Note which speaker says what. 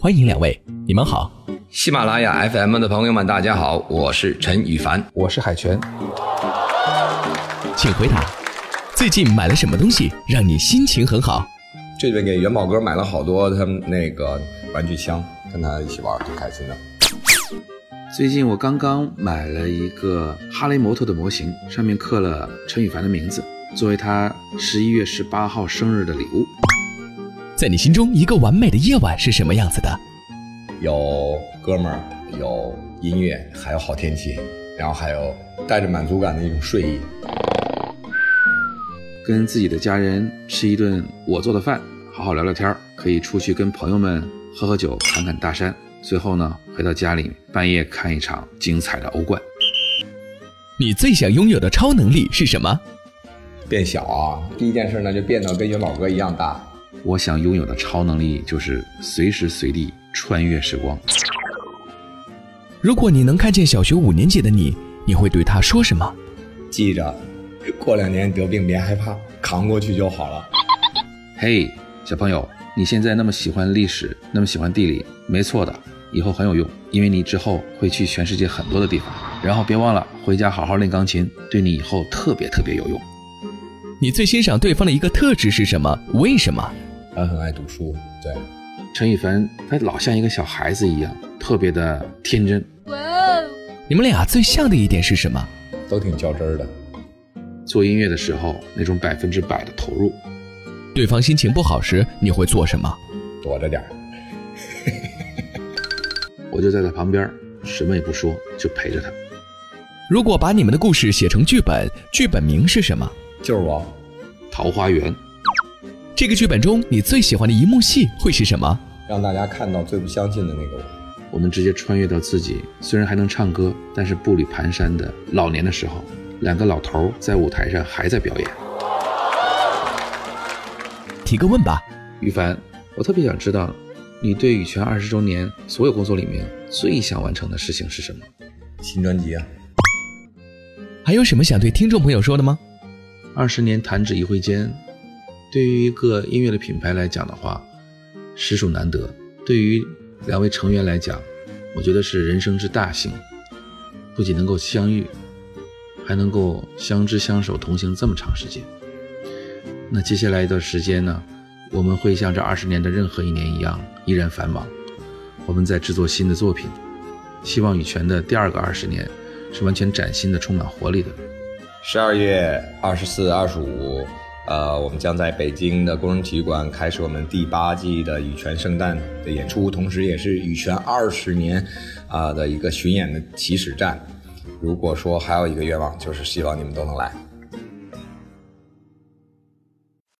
Speaker 1: 欢迎两位，你们好。
Speaker 2: 喜马拉雅 FM 的朋友们，大家好，我是陈羽凡。
Speaker 3: 我是海泉，
Speaker 1: 请回答：最近买了什么东西让你心情很好？
Speaker 3: 这边给元宝哥买了好多他们那个玩具枪，跟他一起玩，挺开心的。
Speaker 4: 最近我刚刚买了一个哈雷摩托的模型，上面刻了陈羽凡的名字，作为他十一月十八号生日的礼物。
Speaker 1: 在你心中，一个完美的夜晚是什么样子的？
Speaker 3: 有哥们儿，有音乐，还有好天气，然后还有带着满足感的一种睡意。
Speaker 4: 跟自己的家人吃一顿我做的饭，好好聊聊天儿，可以出去跟朋友们喝喝酒，侃侃大山。最后呢，回到家里半夜看一场精彩的欧冠。
Speaker 1: 你最想拥有的超能力是什么？
Speaker 3: 变小啊，第一件事呢就变得跟元宝哥一样大。
Speaker 4: 我想拥有的超能力就是随时随地穿越时光。
Speaker 1: 如果你能看见小学五年级的你，你会对他说什么？
Speaker 3: 记着，过两年得病别害怕，扛过去就好了。
Speaker 4: 嘿、小朋友，你现在那么喜欢历史，那么喜欢地理，没错的，以后很有用，因为你之后会去全世界很多的地方。然后别忘了回家好好练钢琴，对你以后特别特别有用。
Speaker 1: 你最欣赏对方的一个特质是什么？为什么？
Speaker 3: 他很爱读书，对，
Speaker 4: 陈羽凡他老像一个小孩子一样，特别的天真。
Speaker 5: 哇哦！
Speaker 1: 你们俩最像的一点是什么？
Speaker 3: 都挺较真儿的。
Speaker 4: 做音乐的时候那种百分之百的投入，
Speaker 1: 对方心情不好时，你会做什么？
Speaker 3: 躲着点儿。
Speaker 4: 我就在他旁边，什么也不说，就陪着他。
Speaker 1: 如果把你们的故事写成剧本，剧本名是什么？
Speaker 3: 就是我，
Speaker 4: 桃花源，
Speaker 1: 这个剧本中你最喜欢的一幕戏会是什么？
Speaker 3: 让大家看到最不相信的那个我。
Speaker 4: 我们直接穿越到自己虽然还能唱歌，但是步履蹒跚的老年的时候，两个老头儿在舞台上还在表演。
Speaker 1: 提个问吧。
Speaker 4: 羽凡，我特别想知道，你对羽泉二十周年所有工作里面最想完成的事情是什么？
Speaker 3: 新专辑啊，
Speaker 1: 还有什么想对听众朋友说的吗？
Speaker 4: 二十年弹指一挥间，对于一个音乐的品牌来讲的话，实属难得；对于两位成员来讲，我觉得是人生之大幸，不仅能够相遇，还能够相知相守同行这么长时间。那接下来一段时间呢，我们会像这二十年的任何一年一样，依然繁忙。我们在制作新的作品，希望羽泉的第二个二十年是完全崭新的、充满活力的。
Speaker 3: 十二月二十四、二十五，呃，我们将在北京的工人体育馆开始我们第八季的羽泉圣诞的演出，同时也是羽泉二十年啊、呃的一个巡演的起始站。如果说还有一个愿望，就是希望你们都能来。